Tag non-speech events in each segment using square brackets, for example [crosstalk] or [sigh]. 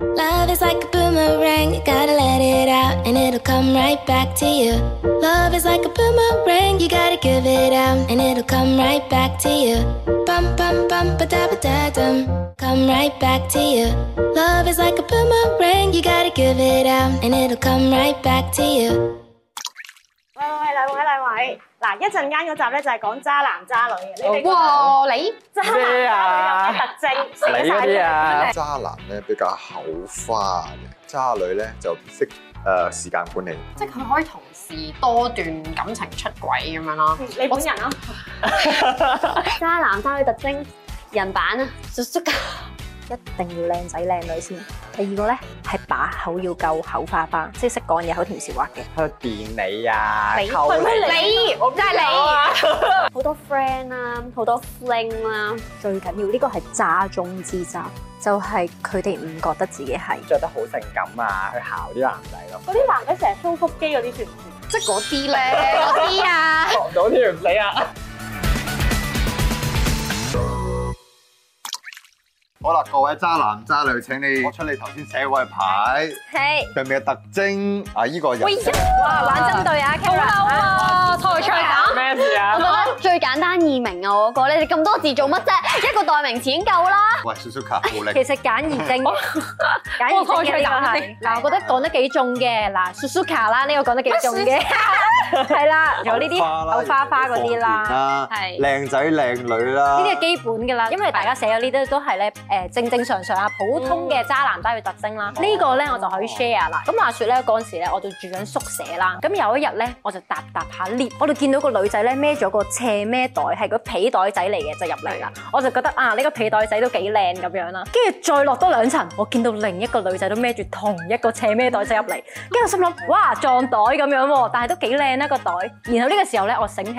Love is like a boomerang, you gotta let it out and it'll come right back to you. Love is like a boomerang, you gotta give it out and it'll come right back to you. Bum bum bum ba da ba da dum, come right back to you. Love is like a boomerang, you gotta give it out and it'll come right back to you. 喂喂喂，兩位兩位，嗱一陣間嗰集咧就係講渣男渣女嘅，你哋覺得哇！你渣男渣女有咩特徵？寫晒出嚟 à. 渣男咧比較口花嘅，渣女咧就識誒、呃、時間管理。即係佢可以同時多段感情出軌咁樣啦。你本人咯， [laughs] 渣男渣女特徵人版啊，叔叔一定要靚仔靚女先。第二個咧係把口要夠口花花，即係識講嘢口甜舌滑嘅。喺度電你啊，溝係你。咪你？我真係啊你，好多 friend 啦，好多 fling 啦，最緊要呢個係渣中之渣，就係佢哋唔覺得自己係。着得好性感啊，去姣啲男仔咯，嗰啲男仔成日 show 腹肌嗰啲算唔算？即係嗰啲咧，嗰啲啊，學到添唔死啊！好啦，各位渣男渣女，請你攞出你頭先寫嗰塊牌係，上面嘅特徵啊！依、個人喂呀，玩針對啊，Kara！啊，台長啊，咩事我覺啊？得最簡單易明啊！我 [laughs] 嗰個你哋咁多字做乜啫？一個代名詞已經夠啦。喂，叔叔卡好 [laughs] 力其。實簡而精， [laughs] 簡而精嘅呢個係嗱，我覺得講得幾重嘅嗱，Suzuka 啦，呢個講得幾重嘅， [laughs] 係啦，仲有呢啲口花花嗰啲啦，啦係靚仔靚女啦，呢啲係基本㗎啦，因為大家寫咗呢啲都係咧誒正正常常啊普通嘅渣男渣女特徵啦。呢個咧我就可以 share 啦。咁話説咧嗰陣時咧，我就住緊宿舍啦，咁有一日咧我就搭搭下 lift，我就見到個女仔咧孭咗個斜孭袋，係個皮袋仔嚟嘅就入嚟啦。我就覺得啊，呢、個皮袋仔都幾靚咁樣啦。跟住再落多兩層，我見到另一個女仔都孭住同一個斜孭袋仔入嚟，跟住我心諗哇撞袋咁樣喎，但係都幾靚啦啊個袋。然後呢個時候咧，我醒起，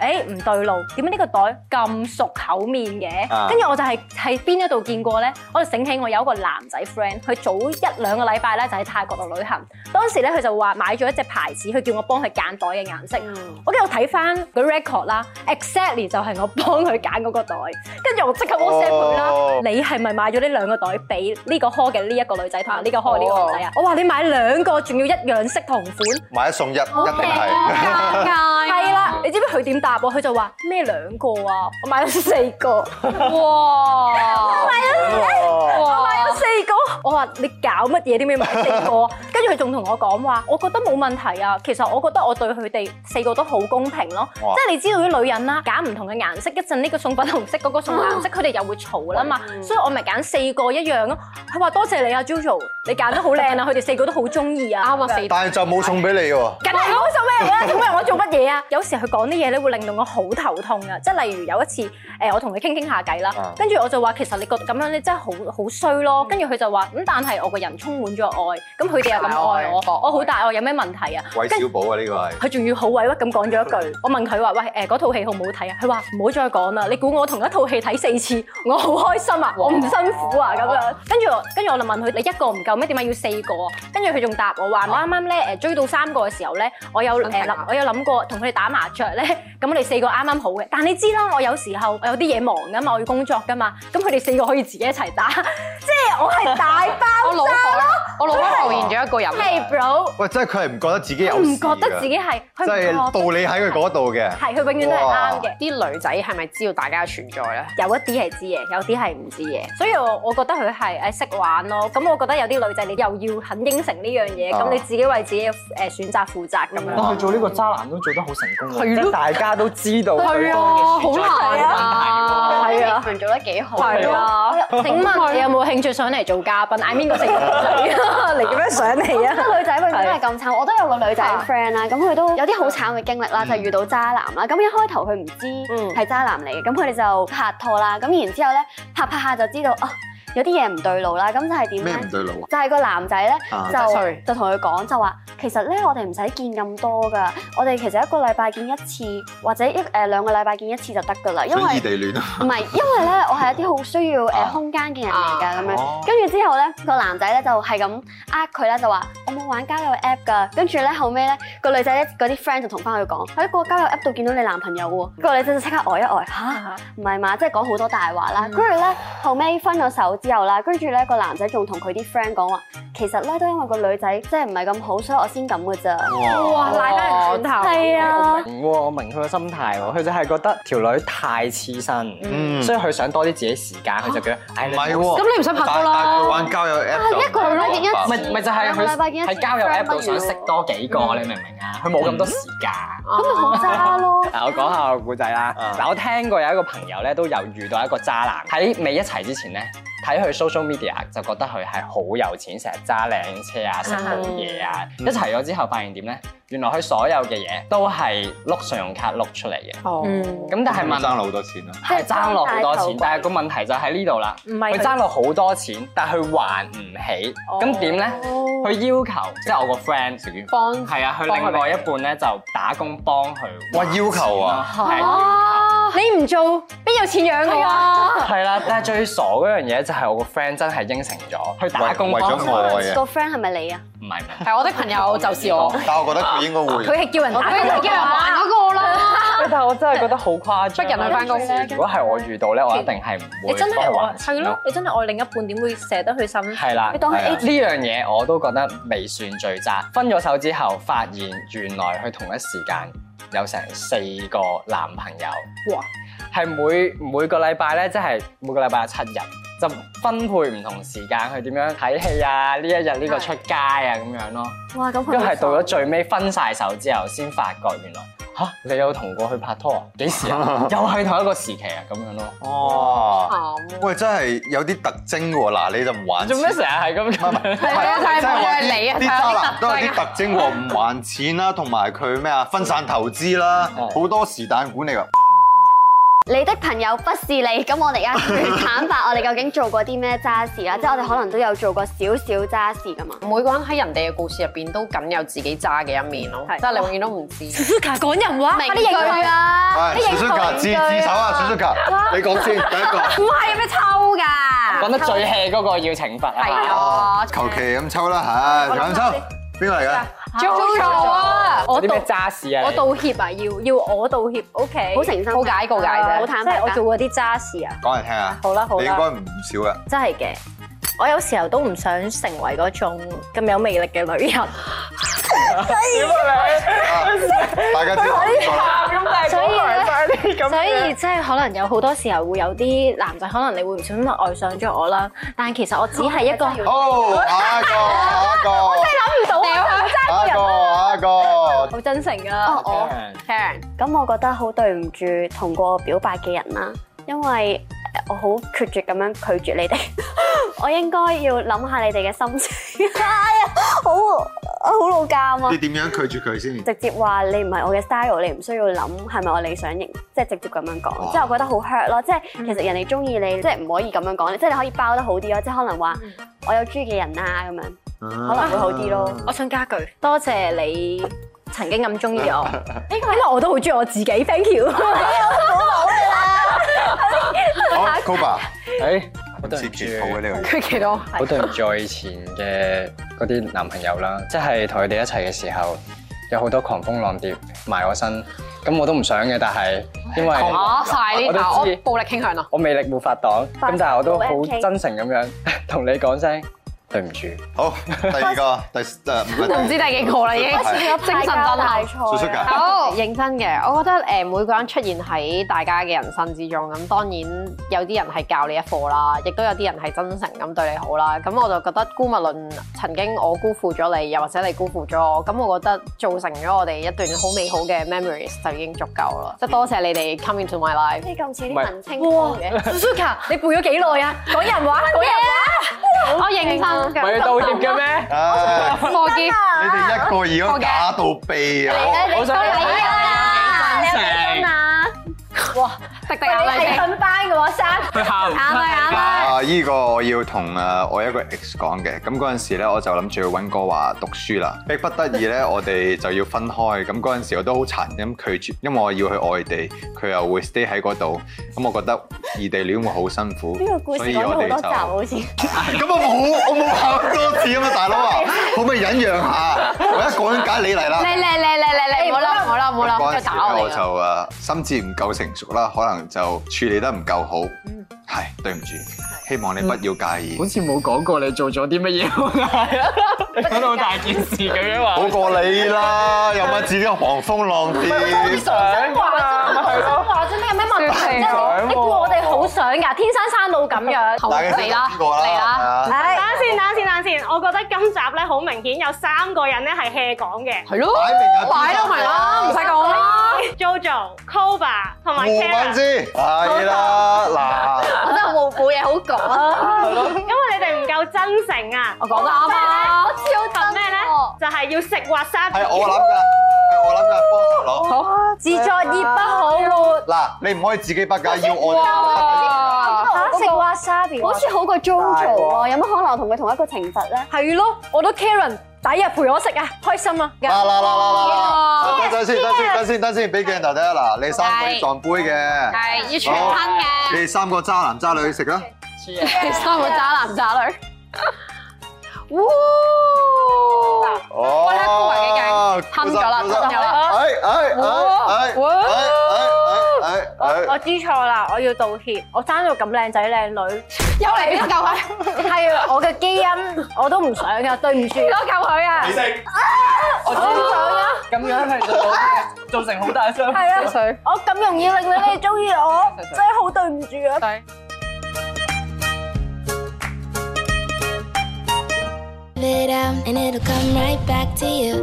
誒、唔對路，點解呢個袋咁熟口面嘅？啊跟住、我就係喺邊一度見過咧，我就醒起我有一個男仔 friend，佢早一兩個禮拜咧就喺泰國度旅行，當時咧佢就話買咗一隻牌子，佢叫我幫佢揀袋嘅顏色。我跟住我睇翻個 record 啦，exactly 就係我幫佢揀嗰個袋，跟住我即刻 WhatsApp 佢啦。哦你係咪買咗呢兩個袋俾呢個 call 嘅呢一個女仔同埋呢個 call 嘅呢個女仔啊？我話你買兩個，仲要一樣色同款，買一送一，一哦定係。啊係啦。你知唔知佢點答我？佢就話咩兩個啊？我買咗四個，哇！Ờ. 我買 [laughs] 咗四個，我話你搞乜嘢？點解買四個 [laughs] 啊？跟住佢仲同我講話，我覺得冇問題啊。其實我覺得我對佢哋四個都好公平咯。哇即係你知道啲女人啦，揀唔同嘅顏色，一陣呢個送粉紅色，嗰、個送藍色，佢哋又會嘈啦嘛。所以我咪揀四個一樣咯。佢話多謝你啊，Jojo，你揀得好靚啊，佢哋四個都好中意啊。啱啊，咁樣四 [laughs] 但係就冇送俾你喎，梗係唔好做咩啦，做咩我做乜嘢啊？有時佢講啲嘢咧，會令到我好頭痛啊！即係例如有一次，誒、我同佢傾傾下偈啦啊，跟住我就話其實你覺得咁樣咧真係好好衰咯。跟住佢就話咁，但係我個人充滿咗愛，咁佢哋又咁啊愛我，我好大愛，有咩問題啊？韋小寶啊呢個係。佢仲要好委屈咁講 [laughs] 咗一句，我問佢話：喂誒嗰套戲好唔好睇啊？佢話唔好再講啦，你估我同一套戲睇四次， [laughs] 我好開心啊，我唔辛苦啊咁樣。跟住我跟住我就問佢：你一個唔夠咩？點解要四個啊？跟住佢仲答我話：我啱啱咧誒追到三個嘅時候咧，我有誒想停諗啊我有諗過同佢哋打麻雀咧， [laughs] 咁我哋四個啱啱好嘅。但你知啦，我有時候我有啲嘢忙噶嘛，我要工作噶嘛，咁佢哋四個可以自己一齊打， [laughs] 即係我係大 [laughs] 我包腦海，我腦海浮現咗一個人，係 bro，喂，即係佢係唔覺得自己佢有唔事覺得㗎自己係，即佢係唔覺道得理喺佢嗰度嘅。係佢永遠都係啱嘅。啲女仔係咪知道大家嘅存在咧？有一啲係知嘅，有啲係唔知嘅，所以我我覺得佢係誒識玩咯。咁我覺得有啲女仔你又要肯應承呢樣嘢，咁、啊你自己為自己嘅誒選擇負責咁但樣。佢做呢個渣男都做得好成功係嘅，咯即係大家都知道對方 ờ, 啊，好嘅存在。難啊，係啊，Nick 做得幾好，係啊，請問你有冇興趣上嚟做嘉賓？I mean 個成員仔，你點樣上嚟啊？女仔永遠都係咁慘，我都有個女仔 friend 啦，咁佢都嗯有啲好慘嘅經歷啦，就係遇到渣男啦。咁一開頭佢唔知係渣男嚟嘅，咁佢哋就拍拖啦。咁然之後咧，拍拍下就知道哦，有啲嘢唔對路啦。咁就係點咩咧？唔對路啊？就係個男仔咧，啊 sorry 就就同佢講就話，其實咧我哋唔使見咁多噶，我哋其實一個禮拜見一次，或者一誒兩個禮拜見一次就得噶啦，因想異為地戀啊？唔係因為咧我係一啲好需要呃啊誒空間嘅人嚟㗎咁樣。哦跟住之後咧，個男仔咧就係咁呃佢啦，就話我唔冇玩交友 app 㗎？跟住咧後尾咧個女仔咧嗰啲 friend 就同翻佢講，喺個交友 app 度見到你男朋友喎。個女仔就即刻呆一呆，吓？唔係嘛？即係講好多大話啦。跟住咧後尾分咗手之後啦，跟住咧個男仔仲同佢啲 friend 講話，其實咧都因為個女仔即係唔係咁好，所以我先咁㗎咋。哇！賴翻人轉哦頭，係啊，明喎，我明佢嘅心態喎，佢就係覺得條女太黐身，嗯所以佢想多啲自己時間，佢就叫唉唔你係唔好喎，哦咁你唔使拍拖啦但但佢玩交友 app 就一個禮拜見一次咪咪就係兩個禮拜佢見一次喺交友 app 度 friend 不想如識多幾個，你明唔明啊？佢冇咁多時間。咁咪好渣咯。 [laughs] 嗱，我講下個故仔啦啊。嗱，我聽過有一個朋友咧，都有遇到一個渣男，喺未一齊之前咧，睇佢 social media 就覺得佢係好有錢，成日揸靚車啊，食好嘢啊。一齊咗之後，發現點咧？原來佢所有嘅嘢都係碌信用卡碌出嚟嘅。哦嗯咁但係問爭咗好多錢啦。係爭落好多錢，即係爭大頭但係個問題就喺呢度啦。唔係佢佢爭落好多錢，但係佢還唔起，咁點咧？佢要求即係我個 friend 食煙幫係啊，佢另外一半咧就打工幫佢。哇要求啊！係你唔做邊有錢養㗎啊？係啦，但係最傻嗰樣嘢就係我個 friend 真係應承咗，去打工為幫為咗佢愛啊個 friend 係咪你啊？唔係唔係，係我的朋友就是我，但我覺得佢應該會 [laughs] 佢係叫人打佢就叫人還嗰個啦。但係我真係覺得好誇張。啊逼人去返公司啊如果係我遇到咧，我一定係唔你會真係幫佢愛還係錢咯，。你真係愛另一半，點會捨得去心？係啦，你當佢係啊 A 呢樣嘢我都覺得未算最渣。分咗手之後，發現原來佢同一時間有成四個男朋友。哇！係每每個禮拜咧，即係每個禮拜有七日，就分配唔同時間去點樣睇戲啊，呢一日呢個出街啊咁樣咯。哇，咁佢跟住係到咗最尾分晒手之後，先發覺原來吓你有同過去拍拖啊？幾時 [laughs] 啊？又係同一個時期啊咁樣咯。哦。慘喂，真係有啲特徵喎！嗱，你就唔還做咩錢成日係咁啊唔係唔咁？係，係啊就係真話冇嘢理啊啲啲係啊啲渣特徵啊男都有啲特徵喎，唔還錢啦，同埋佢咩啊分散投資啦，係好多時間管理啊。你的朋友不是你，咁我哋而 [laughs] 家要坦白，我哋究竟做過啲咩渣事啦？即係我哋可能都有做過少少渣事噶嘛。每個人喺人哋嘅故事入邊都僅有自己渣嘅一面咯，即係你永遠都唔知。 Suka 講人話，快啲認佢啊！啊係，小叔格自自首啊，小叔格，你講先，第一 [laughs] 個。講得最 hea 嗰個要懲罰係啊！哦，求其咁抽啦，唉，就咁抽。邊個嚟㗎？ Jojo 啊，我啲道咩渣事啊？我你道歉啊，要要我道歉，OK？好誠心，告解告解啊啫好即坦白係我㗎做過啲渣事啊！講嚟聽下。好啦好啦你應該唔少啊 [laughs] 嘅。真係嘅，我有時候都唔想成為嗰種咁有魅力嘅 [laughs] 女人，啊大家知道。所以咧，所以即係可能有好多時候會有啲男仔，可能你會唔小心愛上咗我啦，但係其實我只係一個哎諗好，下一個，下一個，唔到啊，下一個，下一個。好真誠哦噶，我。 Karen，咁我覺得好對唔住同過表白嘅人啦，因為呃我好決絕咁樣拒絕你哋， [laughs] 我應該要諗下你哋嘅心情。 [laughs] 哎呀，好好老監啊！你點樣拒絕佢先？直接話你唔係我嘅 style，你唔需要諗係咪我理想型，即係直接咁樣講。即係我覺得好 hurt 咯，即係其實人哋中意你，即係唔可以咁樣講，即係你可以包得好啲咯，即係可能話我有中意嘅人啊咁樣，可能會好啲咯。我想加句，多謝你曾經咁中意我，因為我都好中意我自己，thank [laughs] you。好，Koba，誒，好對唔切住結好嘅呢佢期到好對唔住我以前嘅嗰啲男朋友啦，即係同佢哋一齊嘅時候，有好多狂風浪蝶埋我身，咁我都唔想嘅，但係因為啊！快我啲都啊！我知暴力傾向啦，我魅力冇法擋，發咁但係我都好冇 MK 真誠咁樣 [laughs] 同你講聲對唔住。個。好，第二 [laughs] 個，第誒唔都唔知係。第幾個啦已經，有精神震大撼。叔叔錯㗎啊。好認真嘅，我覺得誒每個人出現喺大家嘅人生之中，咁當然有啲人係教你一課啦，亦都有啲人係真誠咁對你好啦。咁我就覺得姑勿論曾經我辜負咗你，又或者你辜負咗我，咁我覺得造成咗我哋一段好美好嘅 memories 就已經足夠啦。即係多謝你哋 come into my life。你咁似啲唔係文青講嘅， Suka，你背咗幾耐啊？講人話，講人我認真唔係㗎，要道歉嘅咩？唉，我見你哋一個二個打到鼻啊！好想你啊！真誠，滴滴眼係淚瞓班嘅喎，生。佢喊唔眼淚眼淚。啊！依個我要同誒我一個 ex 講嘅，咁嗰陣時咧我就諗住去温哥華讀書啦， [laughs] 逼不得已咧我哋就要分開，咁嗰陣時我都好殘忍拒絕，因為我要去外地，佢又會 stay 喺嗰度，咁我覺得異地戀會好辛苦呢個故，事所以講咗我 [laughs] 好哋多就集好似。 [laughs] 咁我冇我冇考多次啊嘛，大佬啊，可唔可以忍讓下？我一個人揀你嚟啦。嚟嚟嚟嚟嚟嚟，唔好啦唔好啦唔好啦，嗰再陣時打咧，我哋我啦。就誒心智唔夠成熟啦，可能就處理得唔夠好。嗯係對唔住，希望你不要介意。似冇講過你做咗啲乜嘢 [laughs] 你講到好大件事咁樣話好過你啦，又咪自己狂風浪蝶。真話真話真話啫，咩有咩問題啫？你估我哋好想㗎，天生生到咁樣。好嚟啦邊個啦？嚟啦，係啊等下先，等下先，等下先。我覺得今集咧好明顯有三個人咧係 hea 講嘅係咯，擺明有擺都明啦，唔使講啦。 ，Jojo、Koba 同埋胡敏 Kara。之，係啦，我真係冇冇嘢好講，因為你哋唔夠真誠啊！我講得啱啊。憑咩咧？就係要食滑沙嗱，皮。係啊我諗㗎，係我諗㗎，幫手攞。自作孽不可活。嗱，你唔可以自己不解，要我哋啊哇！食 wasabi，好似好過 JoJo 喎，有乜可能我同佢同一個懲罰咧？係咯，我都 Karen 第日陪我食啊，開心啊！嗱嗱嗱嗱哇嗱嗱，等陣先，等陣先，等陣先，等陣先，俾鏡頭睇下嗱，你三個要撞杯嘅，係要全吞嘅，你哋三個渣男渣女食啦，你三個渣男渣女。哇！哦咧高維嘅鏡吞咗啦高手吞咗啦哎哎哎哎哎哎哎我哎我哎，知錯啦，我要道歉。我生到咁靚仔靚女，又嚟邊個救佢？係啊我嘅基因我都唔想噶，對唔住。邊個救佢啊？我知啊，咁樣係造造成好大傷啊害。水。我咁容易令你哋中意我，真係好對唔住啊！ Give it out and it'll come right back to you.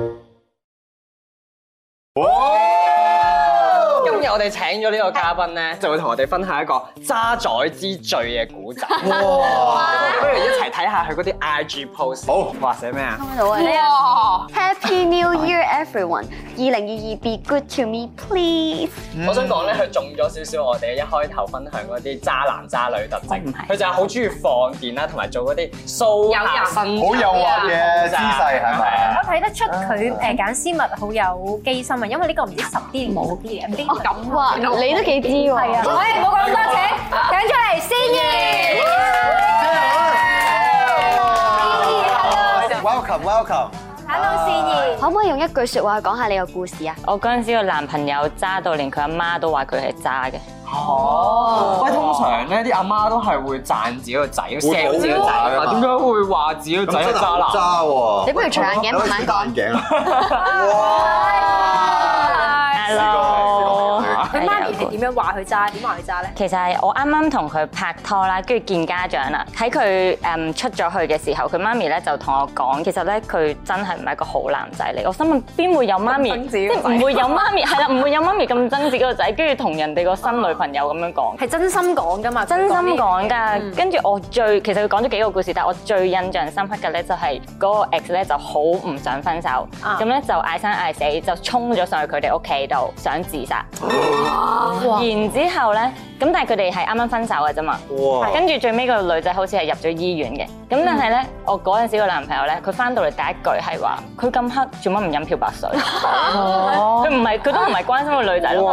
今日我哋請咗呢個嘉賓咧，就會同我哋分享一個渣滓之最嘅古仔。哇！不如一齊睇下佢嗰啲 IG post。好話寫咩啊？聽到啊！哇！ Happy New Year, everyone！二零二二 Be good to me, please！我想講咧，佢中咗少少我哋一開頭分享嗰啲渣男渣女特徵，佢就係好中意放電啦，同埋做嗰啲 show 下身好誘惑嘅姿勢係咪？啊我睇得出佢誒揀絲襪好有機心啊，因為呢個唔知十啲定冇啲嘅。哦，咁啊，你都幾知喎！係啊，喂，唔好講咁多，請請出嚟先怡。 Welcome, welcome。 Hello，善怡。可唔可以用一句説話講下你個故事啊？我嗰陣時個男朋友渣到連佢阿媽都話佢係渣嘅，哦，喂，通常咧啲阿媽都係會讚自己個仔，錫自己個仔啊，點解會話自己個仔係渣渣男？喎！你不如除眼鏡慢慢講。眼鏡啊！ Hello，佢媽咪係點樣話佢渣？點話佢渣咧？啊其實係我啱啱同佢拍拖啦，跟住見家長啦。喺佢誒出咗去嘅時候，佢媽咪咧就同我講，其實咧佢真係唔係一個好男仔嚟。我心諗邊會有媽咪，即係唔會有媽咪，係啦，唔會有媽咪咁憎自己個仔，跟住同人哋個新女朋友咁樣講。係真心講噶嘛？真心講嗯㗎，跟住我最其實佢講咗幾個故事，但係我最印象深刻嘅咧就係嗰個 ex 咧就好唔想分手，啊咁咧就嗌生嗌死，就衝咗上去佢哋屋企度想自殺，然之後咧咁但係佢哋係啱啱分手嘅啫嘛，哦哇！跟住最尾個女仔好似係入咗醫院嘅，咁但係咧我嗰陣時個男朋友咧佢翻到嚟第一句係話佢咁黑做乜唔飲漂白 [laughs] 水，佢唔係佢都唔係關心個女仔咯。哇！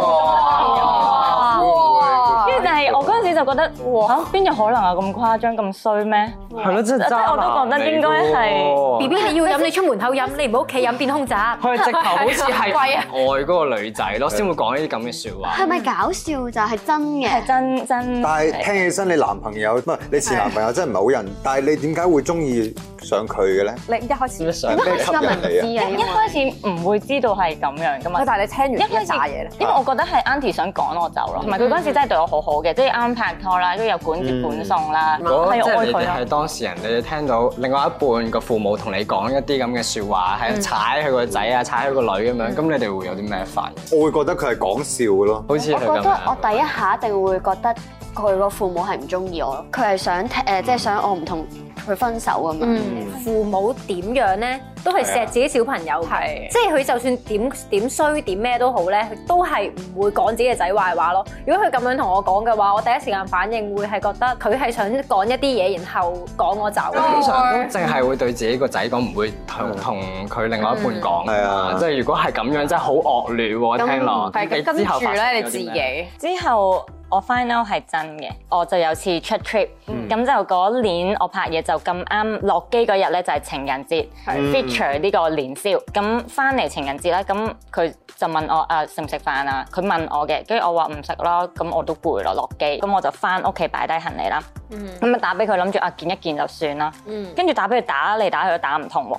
跟住但係我嗰陣時就覺得，哇邊有可能啊咁誇張咁衰咩？係咯，真係渣男我都覺得應該係 B B，你要飲你出門口飲，你唔好屋企飲變空宅。 [laughs] 佢係直頭好似係愛嗰個女仔咯，先會講呢啲咁嘅説話。係咪搞笑就係真嘅係？真真。但係聽起身你男朋友唔係你前男朋友真係唔係好人，但係你點解會中意上佢嘅咧？你一開始，想咩吸今日唔引你啊？知啊，因一為開始唔會知道係咁樣噶嘛啊喂，，但係你聽一完呢開一始扎嘢咧，因為我覺得係 Auntie 想趕我走咯，同埋佢嗰陣時真係對我好好嘅，即係啱啱拍拖啦，跟住又管接管送啦，嗰係嗯哦即係愛你佢啊哋咯。係當事人，你哋聽到另外一半個父母同你講一啲咁嘅説話，係踩佢個仔啊，踩佢個女咁樣，咁你哋會有啲咩反應？我會覺得佢係講笑咯。好似我佢咁啊覺得我樣。第一下一定會覺得佢個父母係唔中意我咯，佢係想誒，即係想我唔同佢分手啊咁樣。嗯父母點樣咧，都係錫自己小朋友嘅，係即係佢就算點點衰點咩都好咧，佢都係唔會講自己嘅仔壞話咯。如果佢咁樣同我講嘅話，我第一時間反應會係覺得佢係想講一啲嘢，然後趕我走。通常都淨係會對自己個仔講，唔會同同佢另外一半講。係啊嗯即係如果係咁樣，真係好惡劣喎！聽落，係你跟之後住發咧生咗你自啲咩己之後我 find out 係真嘅。我就有次出 trip，咁就嗰年我拍嘢就咁啱落機嗰日咧就係情人節，feature 嗯呢個年宵。咁翻嚟情人節咧，咁佢就問我啊食唔食飯啊？佢問我嘅，跟住我話唔食啦，咁我都攰咯落機，咁我就翻屋企擺低行李啦。咁啊打俾佢諗住啊見一見就算啦。跟住打俾佢打嚟打去都打唔通喎。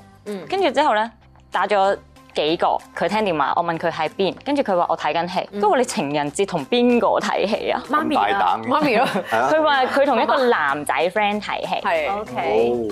跟住之後咧打咗。幾個佢聽電話，我問佢喺邊，跟住佢話我睇緊戲，跟住我話你情人節同邊個睇戲啊？媽咪大啊，膽嘅媽咪咯，係啊，佢話佢同一個男仔 friend 睇戲，係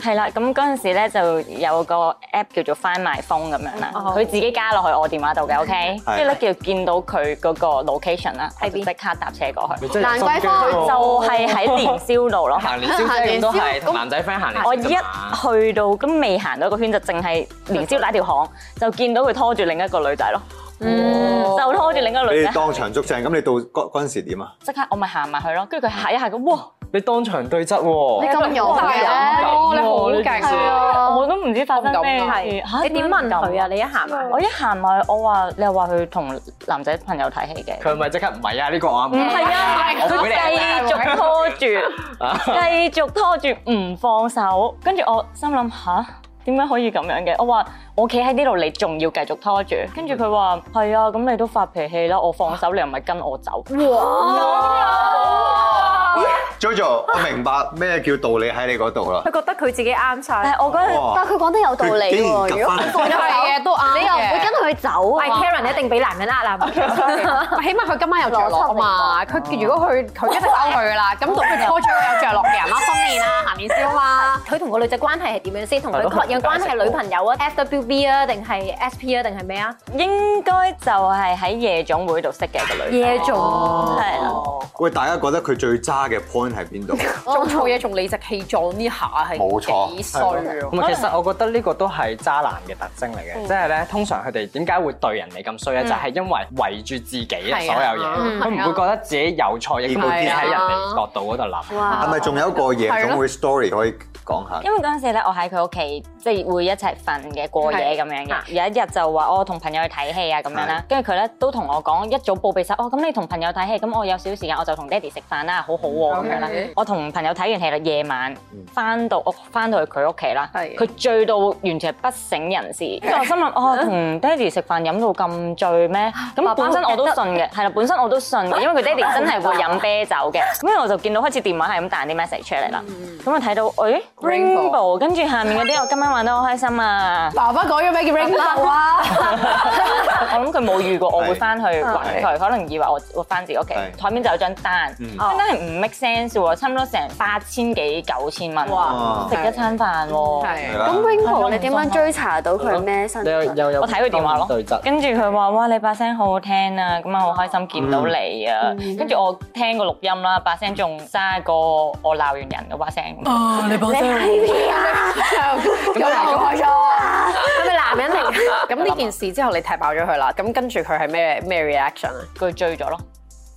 係啦，咁嗰陣時咧就有個 app 叫做 Find My Phone 咁樣啦，佢自己加落去我電話度嘅，OK，跟住咧叫見到佢嗰個 location 啦，我就即刻搭車過去，難怪方哦就係喺年宵 [laughs] 路咯。行年宵啫，咁都係同男仔 friend 行年宵啫嘛。我一去到咁未行到一個圈，就淨係年宵打條巷，就見到佢拖住另一個女仔咯，就拖住另一個女你 [laughs] 仔哋，當場捉正，咁你到嗰嗰陣時點啊？即刻我咪行埋去咯，跟住佢下一下咁，哇！你當場對質喎，咁勇啊嘅，哦，你好勁係啊！啊，我都唔知發生咩係事。嚇你點問佢啊？？你一行 [laughs] 埋我一行埋去，我話你又話佢同男仔朋友睇戲嘅。佢咪即刻唔係啊？呢個我唔唔係啊，佢繼續拖住，繼續拖住唔放手。跟住我心諗吓，點解可以咁樣嘅？我話我企喺呢度，你仲要繼續拖住。跟住佢話係啊，咁你都發脾氣啦，我放手，你又唔係跟我走。 Jojo，我明白咩叫道理喺你嗰度啦。佢覺得佢自己啱晒但。係我嗰陣但哇！係佢講得有道理喎，如果佢放咗手，都啱你又唔會嘅。跟佢走喂啊？ Karen 你一定俾男人呃啦， [laughs] 起碼佢今晚有着落啊嘛，佢如果佢佢一定翻去噶啦，咁到佢拖咗個有着落嘅人啦，新年啦，行年宵啊 [laughs] 嘛，佢同個女仔關係係點樣先？同佢係咯確認關係係女朋友啊，FWB 啊，定係 SP 啊，定係咩啊？應該就係喺夜總會度識嘅個女仔。夜總係 [laughs] 啦。啊喂，大家覺得佢最渣嘅 point 喺 [laughs] 邊度？仲錯嘢仲理直氣壯呢下係冇錯幾衰啊！咁其實我覺得呢個都係渣男嘅特徵嚟嘅，即係咧通常佢哋點解會對人哋咁衰咧，就係因為圍住自己啊係所啊有嗯嘢，佢唔會覺得自己有錯，亦都會係啊喺人哋角度嗰度諗。啊係咪仲有一個夜總會 story 可以講 [laughs] 下？因為嗰陣時咧，我喺佢屋企，即係會一齊瞓嘅過夜咁樣嘅。有一日就話我同朋友去睇戲啊咁樣啦，跟住佢咧都同我講一早報備晒，哦咁你同朋友睇戲，咁我有少少時間我就同爹哋食飯啦，好好喎咁樣啦。我同朋友睇完戲啦，夜晚翻到我翻到去佢屋企啦，係佢醉到完全係不省人事。跟住我心諗，哦同爹哋食飯飲到咁醉咩？咁本身我都信嘅，係啦，本身我都信嘅，因為佢爹哋真係會飲啤酒嘅。咁跟住我就見到開始電話係咁彈啲 message 出嚟啦，咁啊睇到，誒 Rainbow Rainbow，跟住下面嗰啲我今晚玩得好開 [laughs] 心啊！爸爸講咗咩叫 ring o 啊？我諗佢冇遇過，我會翻去揾係佢，可能以為我我翻自己屋企係，嗯台面就有張單，張單係唔 make sense 喎，差唔多成八千幾九千蚊，哇食一餐飯喎。係係啦咁 Ringo 你點樣追查到佢咩身份？又有嗯我睇佢電話咯啊對質，跟住佢話：哇，你把聲好好聽啊，咁啊好開心見到你啊！嗯跟住我聽個錄音啦，把聲仲沙過我鬧完人嗰把聲。嗯 [laughs] 咁嚟咁開咗，係咪男人 [laughs] 嚟？咁呢件事之後你踢爆咗佢啦，咁跟住佢係咩咩 reaction 啊？佢醉咗咯，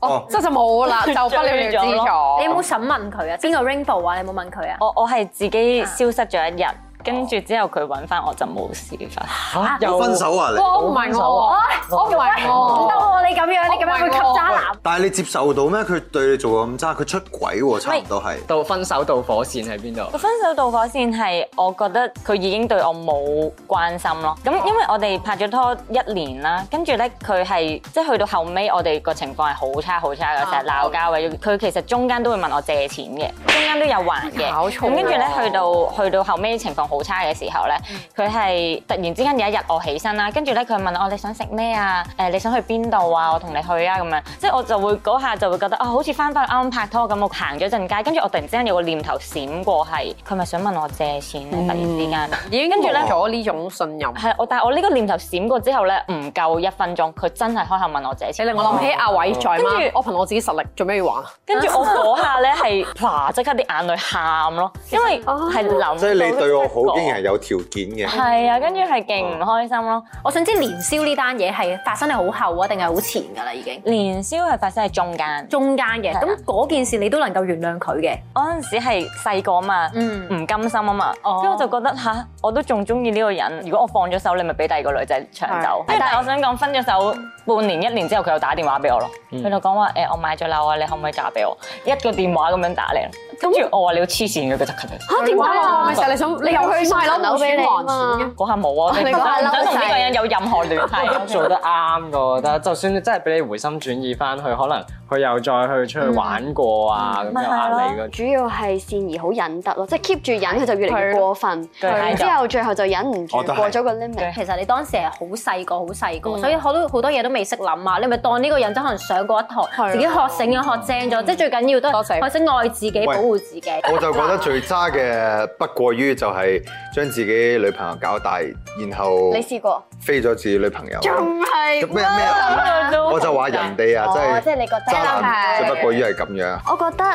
哦，即係就冇啦，就不了了之咗。你有冇審問佢啊？邊個 Rainbow 啊？你有冇問佢啊？我我係自己消失咗一日，跟住之後佢揾翻我就冇事發生。嚇又分手啊你？我唔係我，我唔係唔得我，喎！哦你咁樣，你咁樣會吸渣男。但係你接受到咩？佢對你做咁渣，佢出軌喎，差唔多係。到分手導火線喺邊度個？分手導火線係我覺得佢已經對我冇關心咯。咁哦因為我哋拍咗拖一年啦，跟住咧佢係即係去到後尾，我哋個情況係好差好差哦嘅，成日鬧交嘅。佢其實中間都會問我借錢嘅，中間都有還 [laughs] 嘅。搞錯咁跟住咧去到去到後尾情況好差嘅時候咧，嗯佢係突然之間有一日我起身啦，跟住咧佢問我你想食咩啊？誒你想去邊度啊？我同你去啊咁樣。即係我就會嗰下就會覺得啊，好似翻返去啱啱拍拖咁，我行咗陣街，跟住我突然之間有個念頭閃過係佢咪想問我借錢嗯咧？突然之間。已經跟住咧咗呢種信任。係我，但係我呢個念頭閃過之後咧，唔夠一分鐘，佢真係開口問我借你錢。令我諗起阿偉在跟嗎住？我憑我自己實力做咩要玩啊？跟 [laughs] 哦住我嗰下咧係，嗱，即刻啲眼淚喊咯，因為係諗到。即係你對我好好，竟然係有條件嘅。 [laughs] 係啊，跟住係勁唔開心咯。我想知年宵呢單嘢係發生得好後啊，定係好前㗎啦已經？年宵係發生喺中間，中間嘅，啊係啦咁嗰件事你都能夠原諒佢嘅，嗰陣時係細個啊嘛，嗯唔甘心啊嘛，哦跟住我就覺得吓，我都仲中意呢個人，如果我放咗手，你咪俾第二個女仔搶走。係跟住但係我想講，分咗手半年一年之後，佢又打電話俾我咯，佢就講話誒，我買咗樓啊，你可唔可以嫁俾我？一個電話咁樣打嚟，跟住我話你要黐線嘅，佢就咁樣。嚇點解啊？咪就係你想你又去買樓冇錢還錢嘅，嗰下冇啊，你嗰下唔想同呢個嬲人有任何聯 [laughs] 繫。做得啱噶，我覺得就算你真係俾你回心轉意翻去，可能佢又再去出去玩過啊，咁嗯咪又係咯呃你嗰主要係善兒好忍得咯，即係 keep 住忍，佢就越嚟越係咯過分，佢係然之後最後就忍唔住我都係過咗個 limit。其實你當時係好細個，好細個，嗯所以好多好多嘢都未識諗啊！你咪當呢個人真可能上過一係堂，啊嗯自己學醒咗、學精咗，即係最緊要都多謝係學識愛自己、保護自己。我就覺得最渣嘅不過於就係將自己女朋友搞大，然後你試過？飛咗自己女朋友。係咩咩？啊啊我就話人哋啊，哦，即真係係你覺得渣係男，只不過於係咁樣。我覺得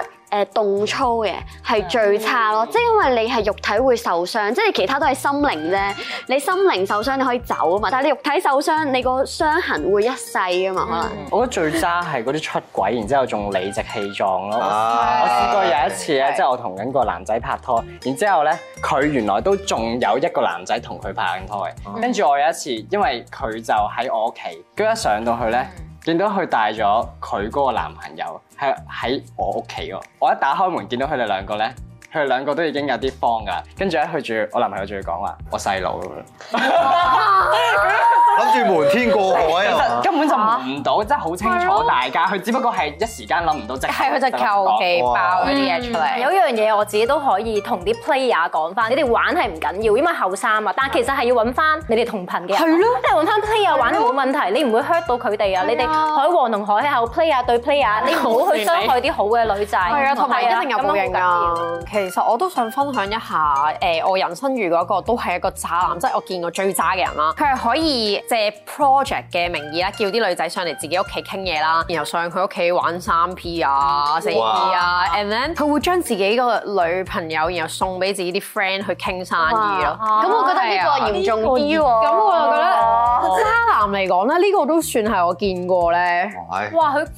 誒動粗嘅係最差咯，即係因為你係肉體會受傷，即係其他都係心靈啫。你心靈受傷你可以走啊嘛，但係你肉體受傷，你個傷痕會一世啊嘛，可能。我覺得最渣係嗰啲出軌，然之後仲理直氣壯咯。我啊哦我試過有一次咧，即係我同緊個男仔拍拖，然之後咧，佢原來都仲有一個男仔同佢拍緊拖哦嘅。跟住我有一次，因為佢就喺我屋企，跟住一上到去咧，見到佢帶咗佢嗰個男朋友喺喺我屋企喎。我一打開門見到佢哋兩個咧，佢哋兩個都已經有啲慌㗎。跟住咧，佢仲要我男朋友仲要講話我細佬咁樣。諗住瞞天過海其實啊！根本就唔到，真係好清楚大家，佢只不過係一時間諗唔到即刻係佢就求其爆嗰啲嘢出嗯嚟。有一樣嘢我自己都可以同啲 player 講翻，你哋玩係唔緊要，因為後生啊，但其實係要揾翻你哋同頻嘅人。係咯，即係揾翻 player 玩係冇問題，你唔會 hurt 到佢哋啊。你哋海王同海后 player 對 player，你唔好去傷害啲好嘅女仔。係啊，同埋一定有咁樣好報應緊要啊！其實我都想分享一下，誒、我人生遇嗰個都係一個渣男，即係我見過最渣嘅人啦。佢係可以借 project 嘅名義啦，叫啲女仔上嚟自己屋企傾嘢啦，然後上佢屋企玩三 P 啊、四 P 啊，and then 佢會將自己個女朋友，然後送俾自己啲 friend 去傾生意咯。咁我覺得呢個啊嚴重啲喎。咁我就覺哦得渣男嚟講咧，呢、個都算係我見過咧，唉哇！佢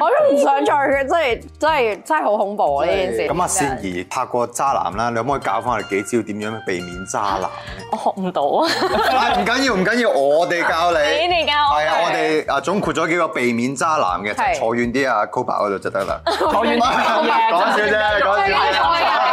我都唔想再佢，真係真係真係好恐怖啊！呢件事咁啊，善兒拍過渣男啦，你可唔可以教翻我哋幾招點樣避免渣男？我學唔到啊！唉唔緊要，唔緊要，我哋教你。你哋教我係啊，我哋啊總括咗幾個避免渣男嘅，係就坐遠啲啊 c o b a 嗰度就得啦。坐遠啲嘅 [laughs] 講笑啫，講笑啫。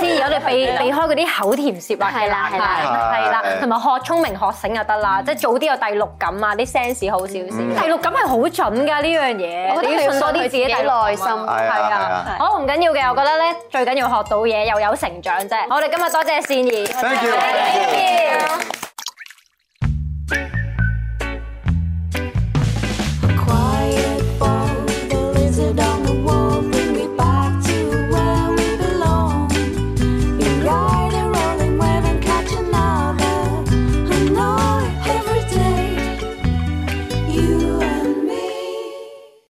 知我哋避啊避開嗰啲口甜舌滑嘅男係啦係啦係啦係，同埋學聰明學醒就得啦，即係早啲有第六感啊，啲 sense 好少少。第六感係好準㗎呢樣嘢，我覺得你你要要信多信佢啲自己自己第六感啊內心係啊係啊好唔緊要嘅，我覺得咧最緊要學到嘢，又有成長啫。我哋今日多謝善兒， Thank you。 Thank you